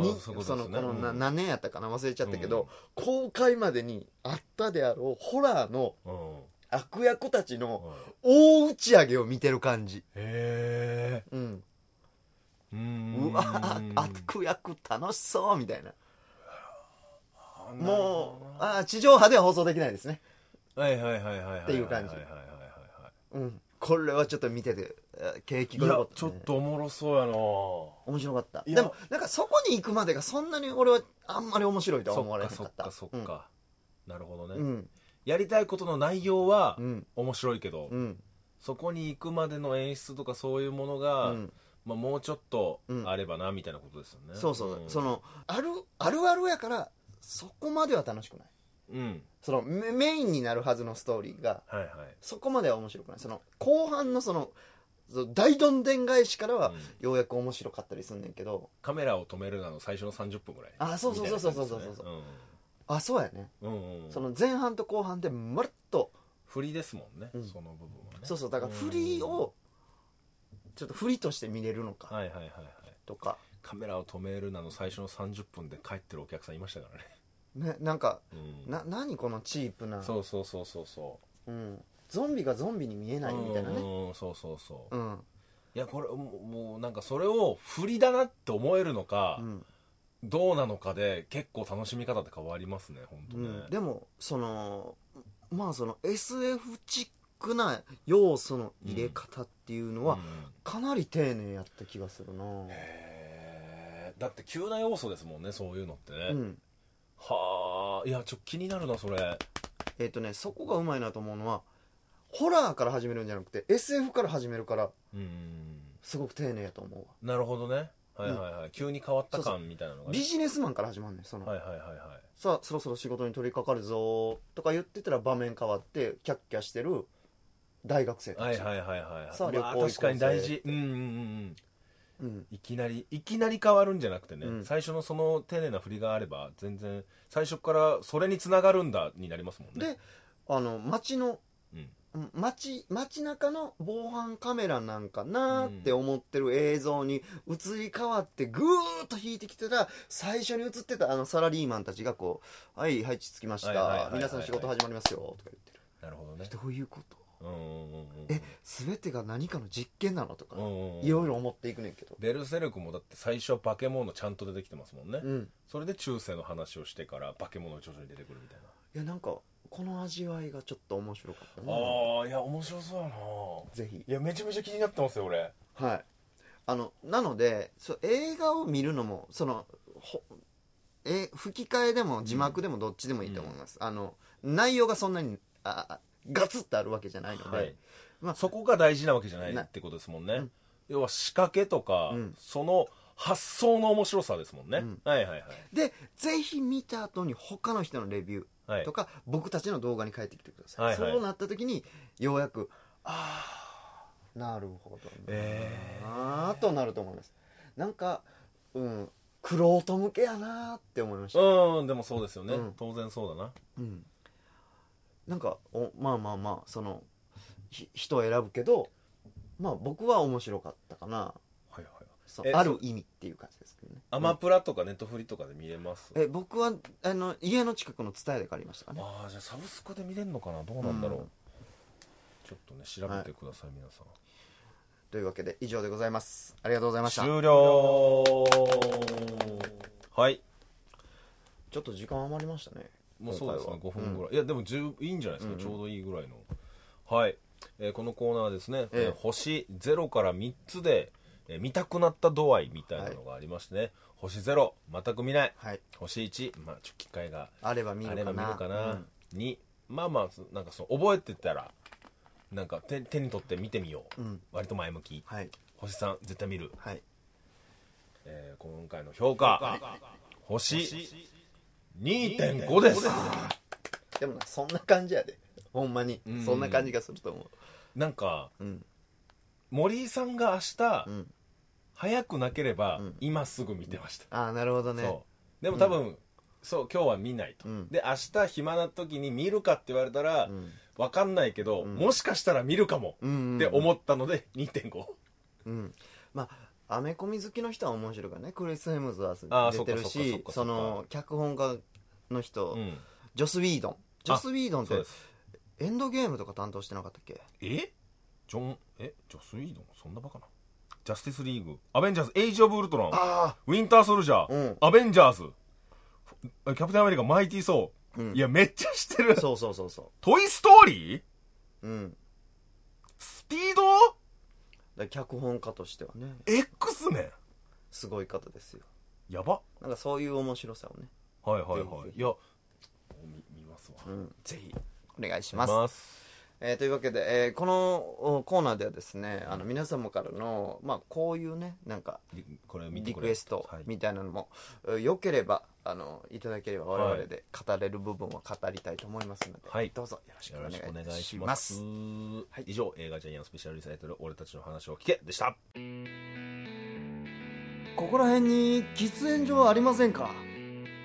Speaker 2: ん
Speaker 1: に
Speaker 2: うん
Speaker 1: そ
Speaker 2: そういうこと
Speaker 1: の
Speaker 2: で
Speaker 1: こ
Speaker 2: すね
Speaker 1: のな
Speaker 2: うん
Speaker 1: 何年やったかな忘れちゃったけど、公開までにあったであろうホラーの
Speaker 2: うんうん
Speaker 1: 悪役たちの大打ち上げを見てる感じ、
Speaker 2: へえ
Speaker 1: うん、
Speaker 2: うーん
Speaker 1: うわー悪役楽しそうみたいなもうあー地上波では放送できないですね、
Speaker 2: うはいはいはいはいはは
Speaker 1: っていう感じ
Speaker 2: はいはいはいはいは
Speaker 1: うん、これはちょっと見ててえー景気
Speaker 2: いい
Speaker 1: が
Speaker 2: や
Speaker 1: 良かった、ね、
Speaker 2: ちょっとおもろそうやな
Speaker 1: 面白かった
Speaker 2: いや
Speaker 1: でもなんかそこに行くまでがそんなに俺はあんまり面白いとは
Speaker 2: そ
Speaker 1: 思わ
Speaker 2: っ
Speaker 1: れな
Speaker 2: か
Speaker 1: か
Speaker 2: そっ
Speaker 1: った
Speaker 2: かそっかなるほどね、
Speaker 1: うんうん
Speaker 2: やりたいことの内容は
Speaker 1: うん
Speaker 2: 面白いけど、
Speaker 1: うん
Speaker 2: そこに行くまでの演出とかそういうものが、
Speaker 1: うん
Speaker 2: まあ、もうちょっと
Speaker 1: うん
Speaker 2: あればな、みたいなことですよね
Speaker 1: そうそう、
Speaker 2: ん
Speaker 1: そのあるあるあるやからそこまでは楽しくない
Speaker 2: うん
Speaker 1: そのメメインになるはずのストーリーが
Speaker 2: はいはい
Speaker 1: そこまでは面白くないその後半のそのその大どんでん返しからは
Speaker 2: うん
Speaker 1: ようやく面白かったりすんねんけど、
Speaker 2: カメラを止めるなの最初の30分ぐらい
Speaker 1: あそうそうそうそうそうそうそう
Speaker 2: みたいな感じですね
Speaker 1: あそうやね、
Speaker 2: うんうんうん
Speaker 1: その前半と後半でまるっと
Speaker 2: 振りですもんね、
Speaker 1: うん
Speaker 2: その部分はね
Speaker 1: そうそうだから振りをちょっと振りとして見れるのか
Speaker 2: はいはいはいはい
Speaker 1: とか、
Speaker 2: カメラを止めるなの最初の30分で帰ってるお客さんいましたからね、
Speaker 1: ね、なんか
Speaker 2: うん、
Speaker 1: な何このチープな、
Speaker 2: そうそうそうそうそう
Speaker 1: ん、ゾンビがゾンビに見え
Speaker 2: う
Speaker 1: ないみたいな
Speaker 2: う
Speaker 1: ね
Speaker 2: んうんうんそうそうそう、
Speaker 1: うん
Speaker 2: いやこれもうもうなんかそれを振りだなって思えるのか、
Speaker 1: うん、
Speaker 2: どうなのかで結構楽しみ方って変わりますね本当
Speaker 1: う
Speaker 2: ね、
Speaker 1: ん、でもそのまあその SF チックな要素の入れ方っていうのは、
Speaker 2: うん
Speaker 1: かなり丁寧やった気がするな
Speaker 2: へーだって急な要素ですもんねそういうのってね、
Speaker 1: うん
Speaker 2: はあいやちょっと気になるなそれ
Speaker 1: えっ、とねそこがうまいなと思うのはホラーから始めるんじゃなくて SF から始めるから
Speaker 2: うん
Speaker 1: すごく丁寧やと思うわ
Speaker 2: なるほどねはいはいはい、急に変わった
Speaker 1: そうそう
Speaker 2: 感みたいなのがね
Speaker 1: ビジネスマンから始まんねんその、
Speaker 2: はいはいはいはい
Speaker 1: さあそろそろ仕事に取り掛かるぞーとか言ってたら場面変わってキャッキャしてる大学生たち、
Speaker 2: はいはいはいはい
Speaker 1: さあ
Speaker 2: まあ
Speaker 1: 旅行行こうぜ
Speaker 2: 確かに大事うんうんうんうん
Speaker 1: うん、
Speaker 2: いきなりいきなり変わるんじゃなくてね、
Speaker 1: うん
Speaker 2: 最初のその丁寧な振りがあれば全然最初からそれにつながるんだになりますもんね
Speaker 1: であの街の
Speaker 2: うん
Speaker 1: ん街街中の防犯カメラなんかなーって思ってる映像に移り変わってぐーっと引いてきてた最初に映ってたあのサラリーマンたちがこう「はい配置つきまし
Speaker 2: はいはいはい
Speaker 1: た
Speaker 2: はい
Speaker 1: 皆さん仕事始まりますよ」とか言ってる
Speaker 2: なるほどね
Speaker 1: どういうこと
Speaker 2: うんうんうんうん
Speaker 1: え全てが何かの実験なのとか
Speaker 2: うんうんうん
Speaker 1: いろいろ思っていくねんけど
Speaker 2: ベルセルクもだって最初は化け物ちゃんと出てきてますもんね、
Speaker 1: うん
Speaker 2: それで中世の話をしてから化け物が徐々に出てくるみたいない
Speaker 1: やなんかこの味わいがちょっと面白かったね
Speaker 2: ああいや面白そうやな
Speaker 1: ぜひ
Speaker 2: いやめちゃめちゃ気になってますよ俺
Speaker 1: はいあのなのでそう映画を見るのもそのほえ吹き替えでも字幕でもどっちでもいいと思います、あの内容がそんなにああガツッとあるわけじゃないので、
Speaker 2: はい、
Speaker 1: まあ
Speaker 2: そこが大事なわけじゃない
Speaker 1: な
Speaker 2: ってことですもんね、要は仕掛けとか、
Speaker 1: うん
Speaker 2: その発想の面白さですもんね、
Speaker 1: うん
Speaker 2: はいはい
Speaker 1: でぜひ見た後に他の人のレビュ
Speaker 2: はいは
Speaker 1: ー
Speaker 2: い
Speaker 1: とか、僕たちの動画に帰ってきてください、
Speaker 2: はいはい
Speaker 1: そうなった時にようやくああなるほどね
Speaker 2: え
Speaker 1: あーとなると思いますなんかうんクロート向けやなーって思いました
Speaker 2: ー、うんでもそうですよね、
Speaker 1: うん
Speaker 2: 当然そうだな
Speaker 1: うん、なんかおまあまあまあそのひ人を選ぶけどまあ僕は面白かったかな
Speaker 2: はいはい
Speaker 1: そう
Speaker 2: え
Speaker 1: ある意味っていう感じですけどね
Speaker 2: アマプラとかネットフリとかで見れます
Speaker 1: え僕はあの家の近くの蔦屋で借りましたからね
Speaker 2: ああじゃあサブスクで見れるのかなどうなんだろう、
Speaker 1: うん
Speaker 2: ちょっとね調べてください、皆さん
Speaker 1: というわけで以上でございますありがとうございました
Speaker 2: 終了はい
Speaker 1: ちょっと時間余りましたね
Speaker 2: もうそうですね5
Speaker 1: 今回は
Speaker 2: 分ぐらい、いやでも十いいんじゃないですか、ちょうどいいぐらいのはい、えーこのコーナーはですね、
Speaker 1: ええ
Speaker 2: えー星0から3つで、えー見たくなった度合いみたいなのがありましてね、星0全く見ない、
Speaker 1: はい
Speaker 2: 星1まあちょっと機会が
Speaker 1: あれば見
Speaker 2: あ
Speaker 1: る
Speaker 2: れ
Speaker 1: か
Speaker 2: ば見
Speaker 1: な
Speaker 2: るかな、にまあまあそなんかそう覚えてたらなんか手手に取って見てみよう、
Speaker 1: うん
Speaker 2: 割と前向き、
Speaker 1: はい
Speaker 2: 星3絶対見る、
Speaker 1: はい
Speaker 2: えー今回の評価、星2.5です
Speaker 1: でもなそんな感じやで ほんまに
Speaker 2: ん
Speaker 1: そんな感じがすると思
Speaker 2: なんか
Speaker 1: ううん
Speaker 2: 森井さんが明日、
Speaker 1: うん
Speaker 2: 早くなければ、
Speaker 1: うん
Speaker 2: 今すぐ見てました、
Speaker 1: ああなるほどね
Speaker 2: そうでも多分、そう今日は見ないと、
Speaker 1: うん
Speaker 2: で明日暇な時に見るかって言われたら、
Speaker 1: ん
Speaker 2: わかんないけど、もしかしたら見るかも、
Speaker 1: うんうんうん
Speaker 2: って思ったので2.5
Speaker 1: うん、まあアメコミ好きの人は面白いからねクリス・ヘムズワース
Speaker 2: あー
Speaker 1: 出てる
Speaker 2: そっかそっ
Speaker 1: し
Speaker 2: かそっか
Speaker 1: その脚本家の人、
Speaker 2: うん
Speaker 1: ジョス・ウィードンジョス・ウィードンっ
Speaker 2: そう
Speaker 1: て
Speaker 2: です
Speaker 1: エンドゲームとか担当してなかったっけ
Speaker 2: えジョンえジョス・ウィードンそんなバカなジャスティスリーグアベンジャーズエイジ・オブ・ウルトラン
Speaker 1: あ
Speaker 2: ウィンター・ソルジャー、
Speaker 1: うん
Speaker 2: アベンジャーズキャプテン・アメリカマイティ・ソー、
Speaker 1: うん
Speaker 2: いやめっちゃ知ってる
Speaker 1: あそうそうそうそ
Speaker 2: トイ・ストーリー
Speaker 1: ううん
Speaker 2: スピード
Speaker 1: だから脚本家としてはね
Speaker 2: X メ
Speaker 1: すごい方ですよ
Speaker 2: ンやば
Speaker 1: なんかそういう面白さをね、
Speaker 2: はいはいはい
Speaker 1: ぜ
Speaker 2: いや見見ますわ
Speaker 1: うん、ぜひお願いします
Speaker 2: す
Speaker 1: えーというわけで、えーこのおコーナーではですねあの皆様からの、まあ、こういうねなんか
Speaker 2: リこれ見て
Speaker 1: リ
Speaker 2: くれ
Speaker 1: クエスト
Speaker 2: はい
Speaker 1: みたいなのも、え良ければあのいただければ我
Speaker 2: は
Speaker 1: 々
Speaker 2: い
Speaker 1: で語れる部分は語りたいと思いますので、
Speaker 2: はい
Speaker 1: どうぞよろしく
Speaker 2: よろしくお
Speaker 1: お願い
Speaker 2: 願い
Speaker 1: いたし
Speaker 2: し
Speaker 1: ま
Speaker 2: ます
Speaker 1: す
Speaker 2: はい、以上映画ジャイアンスペシャルリサイトル「俺たちの話を聞け」でした
Speaker 1: ここら辺に喫煙所はありませんか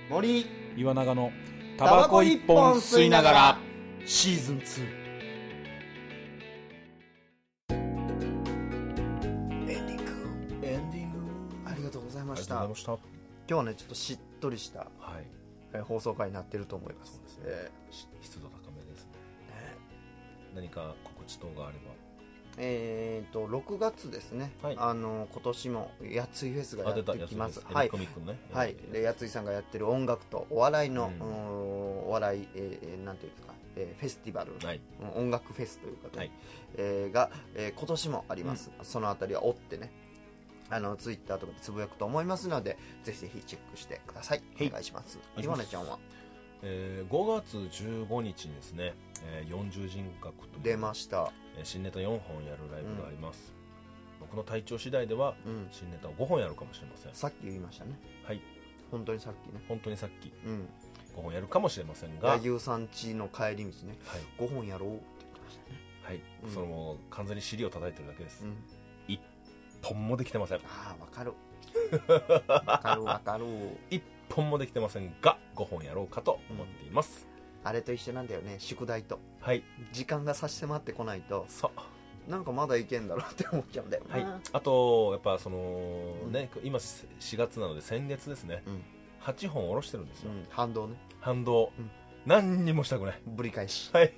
Speaker 1: 森
Speaker 3: 岩永のタバコ一本吸いながら
Speaker 1: シーズン2エンディングエンディングありがとうございました
Speaker 2: ありがとうございました
Speaker 1: 今日はねちょっとしっとりした
Speaker 2: はい
Speaker 1: えー放送回になってると思います
Speaker 2: そうですね、
Speaker 1: え
Speaker 2: し湿度高めですね何か告知等があれ
Speaker 1: ーえーと6月ですね、
Speaker 2: はい
Speaker 1: あの今年もやついフェス
Speaker 2: ば
Speaker 1: がやってきます
Speaker 2: やつです
Speaker 1: はい
Speaker 2: エレコミックのね
Speaker 1: はい、でやついさんがやってる音楽とお笑いの、
Speaker 2: うん
Speaker 1: うーんお笑い、えーえーなんていうんですか、えーフェスティバル、
Speaker 2: はい
Speaker 1: うん音楽フェスというか、ね
Speaker 2: はい
Speaker 1: えーが、えー今年もあります、そのあたりは追ってねあのツイッターとかでつぶやくと思いますのでぜひぜひチェックしてください、
Speaker 2: はい
Speaker 1: お願いします
Speaker 2: お願いし
Speaker 1: 岩
Speaker 2: ま
Speaker 1: 根
Speaker 2: す
Speaker 1: ちゃんは
Speaker 2: えー5月15日にですね、えー、40人格という
Speaker 1: 出ました
Speaker 2: えー新ネタ4本やるライブがあります、僕の体調次第では、
Speaker 1: うん
Speaker 2: 新ネタを5本やるかもしれません
Speaker 1: さっき言いましたね
Speaker 2: はい
Speaker 1: 本当にさっきね
Speaker 2: 本当にさっき
Speaker 1: うん
Speaker 2: 5本やるかもしれませんが、はい
Speaker 1: 柳生さん家の帰り道ね5本やろうって言ってましたね
Speaker 2: はい
Speaker 1: うん
Speaker 2: そのもう完全に尻を叩いてるだけです、
Speaker 1: うん
Speaker 2: 一本もできてません
Speaker 1: ああわかるわかるわかる
Speaker 2: 一本もできてませんが5本やろうかと思っています、
Speaker 1: あれと一緒なんだよね宿題と
Speaker 2: はい
Speaker 1: 時間が差し迫ってこないと
Speaker 2: さあ
Speaker 1: なんかまだいけんだろうって思っちゃうんだよな
Speaker 2: はい、あとやっぱその、ね今4月なので先月ですね
Speaker 1: うん
Speaker 2: 8本下ろしてるんです
Speaker 1: う
Speaker 2: よ、
Speaker 1: ん、反動ね
Speaker 2: 反動、
Speaker 1: うん
Speaker 2: 何にもしたくない
Speaker 1: ぶり返し、
Speaker 2: はい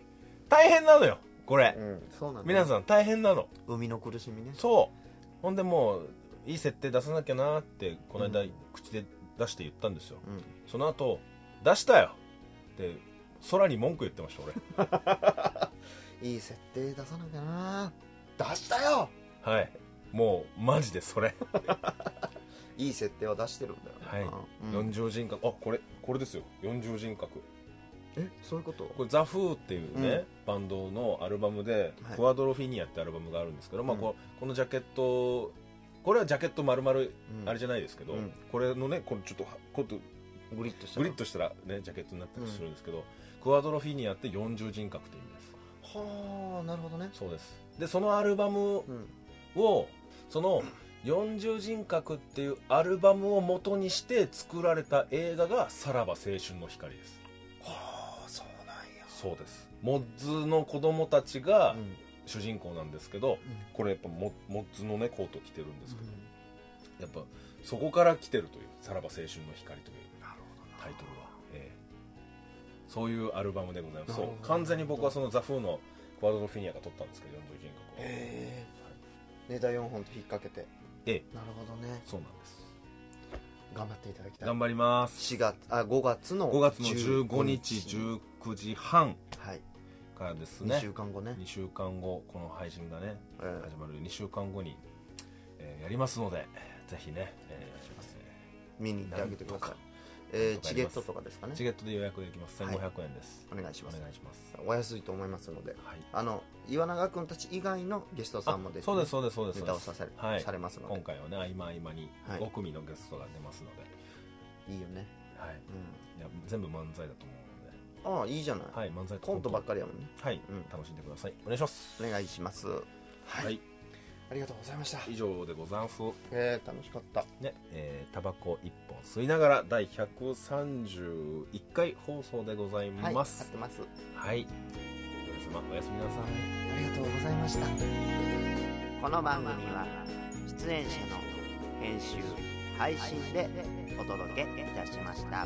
Speaker 2: 大変なのよこれ、
Speaker 1: うん、そうなんだ
Speaker 2: 皆さん大変なの
Speaker 1: 海の苦しみね
Speaker 2: そうほんでもういい設定出さなきゃなってこの間、口で出して言ったんですよ
Speaker 1: うん
Speaker 2: その後出したよって空に文句言ってま した俺
Speaker 1: いい設定出さなきゃな出したよ
Speaker 2: はいもうマジでそれ
Speaker 1: いい設定は出してるんだよな
Speaker 2: はい、
Speaker 1: うん
Speaker 2: 四条人格あこれこれですよ四条人格
Speaker 1: えそういうこと
Speaker 2: これザ・フーっていうね、バンドのアルバムで、
Speaker 1: はい
Speaker 2: クアドロフィニアってアルバムがあるんですけど、まあ
Speaker 1: うん
Speaker 2: ここのジャケットこれはジャケット丸々
Speaker 1: うん
Speaker 2: あれじゃないですけど、
Speaker 1: うん
Speaker 2: これのねこれちょっとはこれと
Speaker 1: グリッとした
Speaker 2: グ
Speaker 1: な
Speaker 2: リッとしたらねジャケットになったりするんですけど、クアドロフィニアって四重人格って意味で
Speaker 1: はあなるほどね
Speaker 2: すそうですでそのアルバム
Speaker 1: うん
Speaker 2: をその四重人格っていうアルバムを元にして作られた映画が「さらば青春の光」です
Speaker 1: はあそうなんや
Speaker 2: そうですモッズの子供たちが、
Speaker 1: うん
Speaker 2: 主人公なんですけど、これやっぱモモッツのねコート着てるんですけど、やっぱそこから来てるという「さらば青春の光」というタイトルは、ええそういうアルバムでございます
Speaker 1: なるほ
Speaker 2: そ
Speaker 1: ど
Speaker 2: う完全に僕はそのザ・フーのクワドロフィニアが撮ったんですけど41人格はえ
Speaker 1: ええネタ4本と引っ掛けて
Speaker 2: え
Speaker 1: なるほどね
Speaker 2: そうなんです
Speaker 1: 頑張っていただきたい
Speaker 2: 頑張ります
Speaker 1: 4月あ5月の
Speaker 2: 5月の15日
Speaker 1: 15
Speaker 2: 19時半
Speaker 1: はい
Speaker 2: からです
Speaker 1: 2
Speaker 2: ね
Speaker 1: 週間後ね
Speaker 2: 2週間後この配信がね、
Speaker 1: ええ
Speaker 2: 始まる2週間後に、えーやりますのでぜひね、えー
Speaker 1: 見に行ってあげてください
Speaker 2: なんとか
Speaker 1: えー
Speaker 2: なんとか
Speaker 1: チ
Speaker 2: やり
Speaker 1: ゲ
Speaker 2: ま
Speaker 1: ッ
Speaker 2: す
Speaker 1: トとかですかね
Speaker 2: チケットで予約できます
Speaker 1: はい
Speaker 2: 1500円です、
Speaker 1: お願いします
Speaker 2: お願いします
Speaker 1: お安いと思いますので
Speaker 2: はい
Speaker 1: あの岩永君たち以外のゲストさんもです、ね、
Speaker 2: そうですそうですそうです
Speaker 1: ネタをさせ
Speaker 2: はい
Speaker 1: されますので
Speaker 2: 今回はね合間合間に
Speaker 1: はい
Speaker 2: 5組のゲストが出ますので、
Speaker 1: いいよね
Speaker 2: はいいや全部漫才だと思うので
Speaker 1: うんああいいじゃない、
Speaker 2: はい漫才
Speaker 1: コントばっ
Speaker 2: り
Speaker 1: かりやもんね
Speaker 2: はい、
Speaker 1: うん
Speaker 2: 楽しんでくださいお願いします
Speaker 1: お願いしますはい、
Speaker 2: はい、
Speaker 1: ありがとうございました
Speaker 2: 以上でござんす
Speaker 1: えー、楽しかった
Speaker 2: ねえータバコ1本吸いながら第131回放送でござい
Speaker 1: はい合
Speaker 2: ま
Speaker 1: っ
Speaker 2: す
Speaker 1: てます
Speaker 2: はい、皆様おやすみなさい
Speaker 1: ありがとうございましたこの番組は出演者の編集配信でお届けいたしました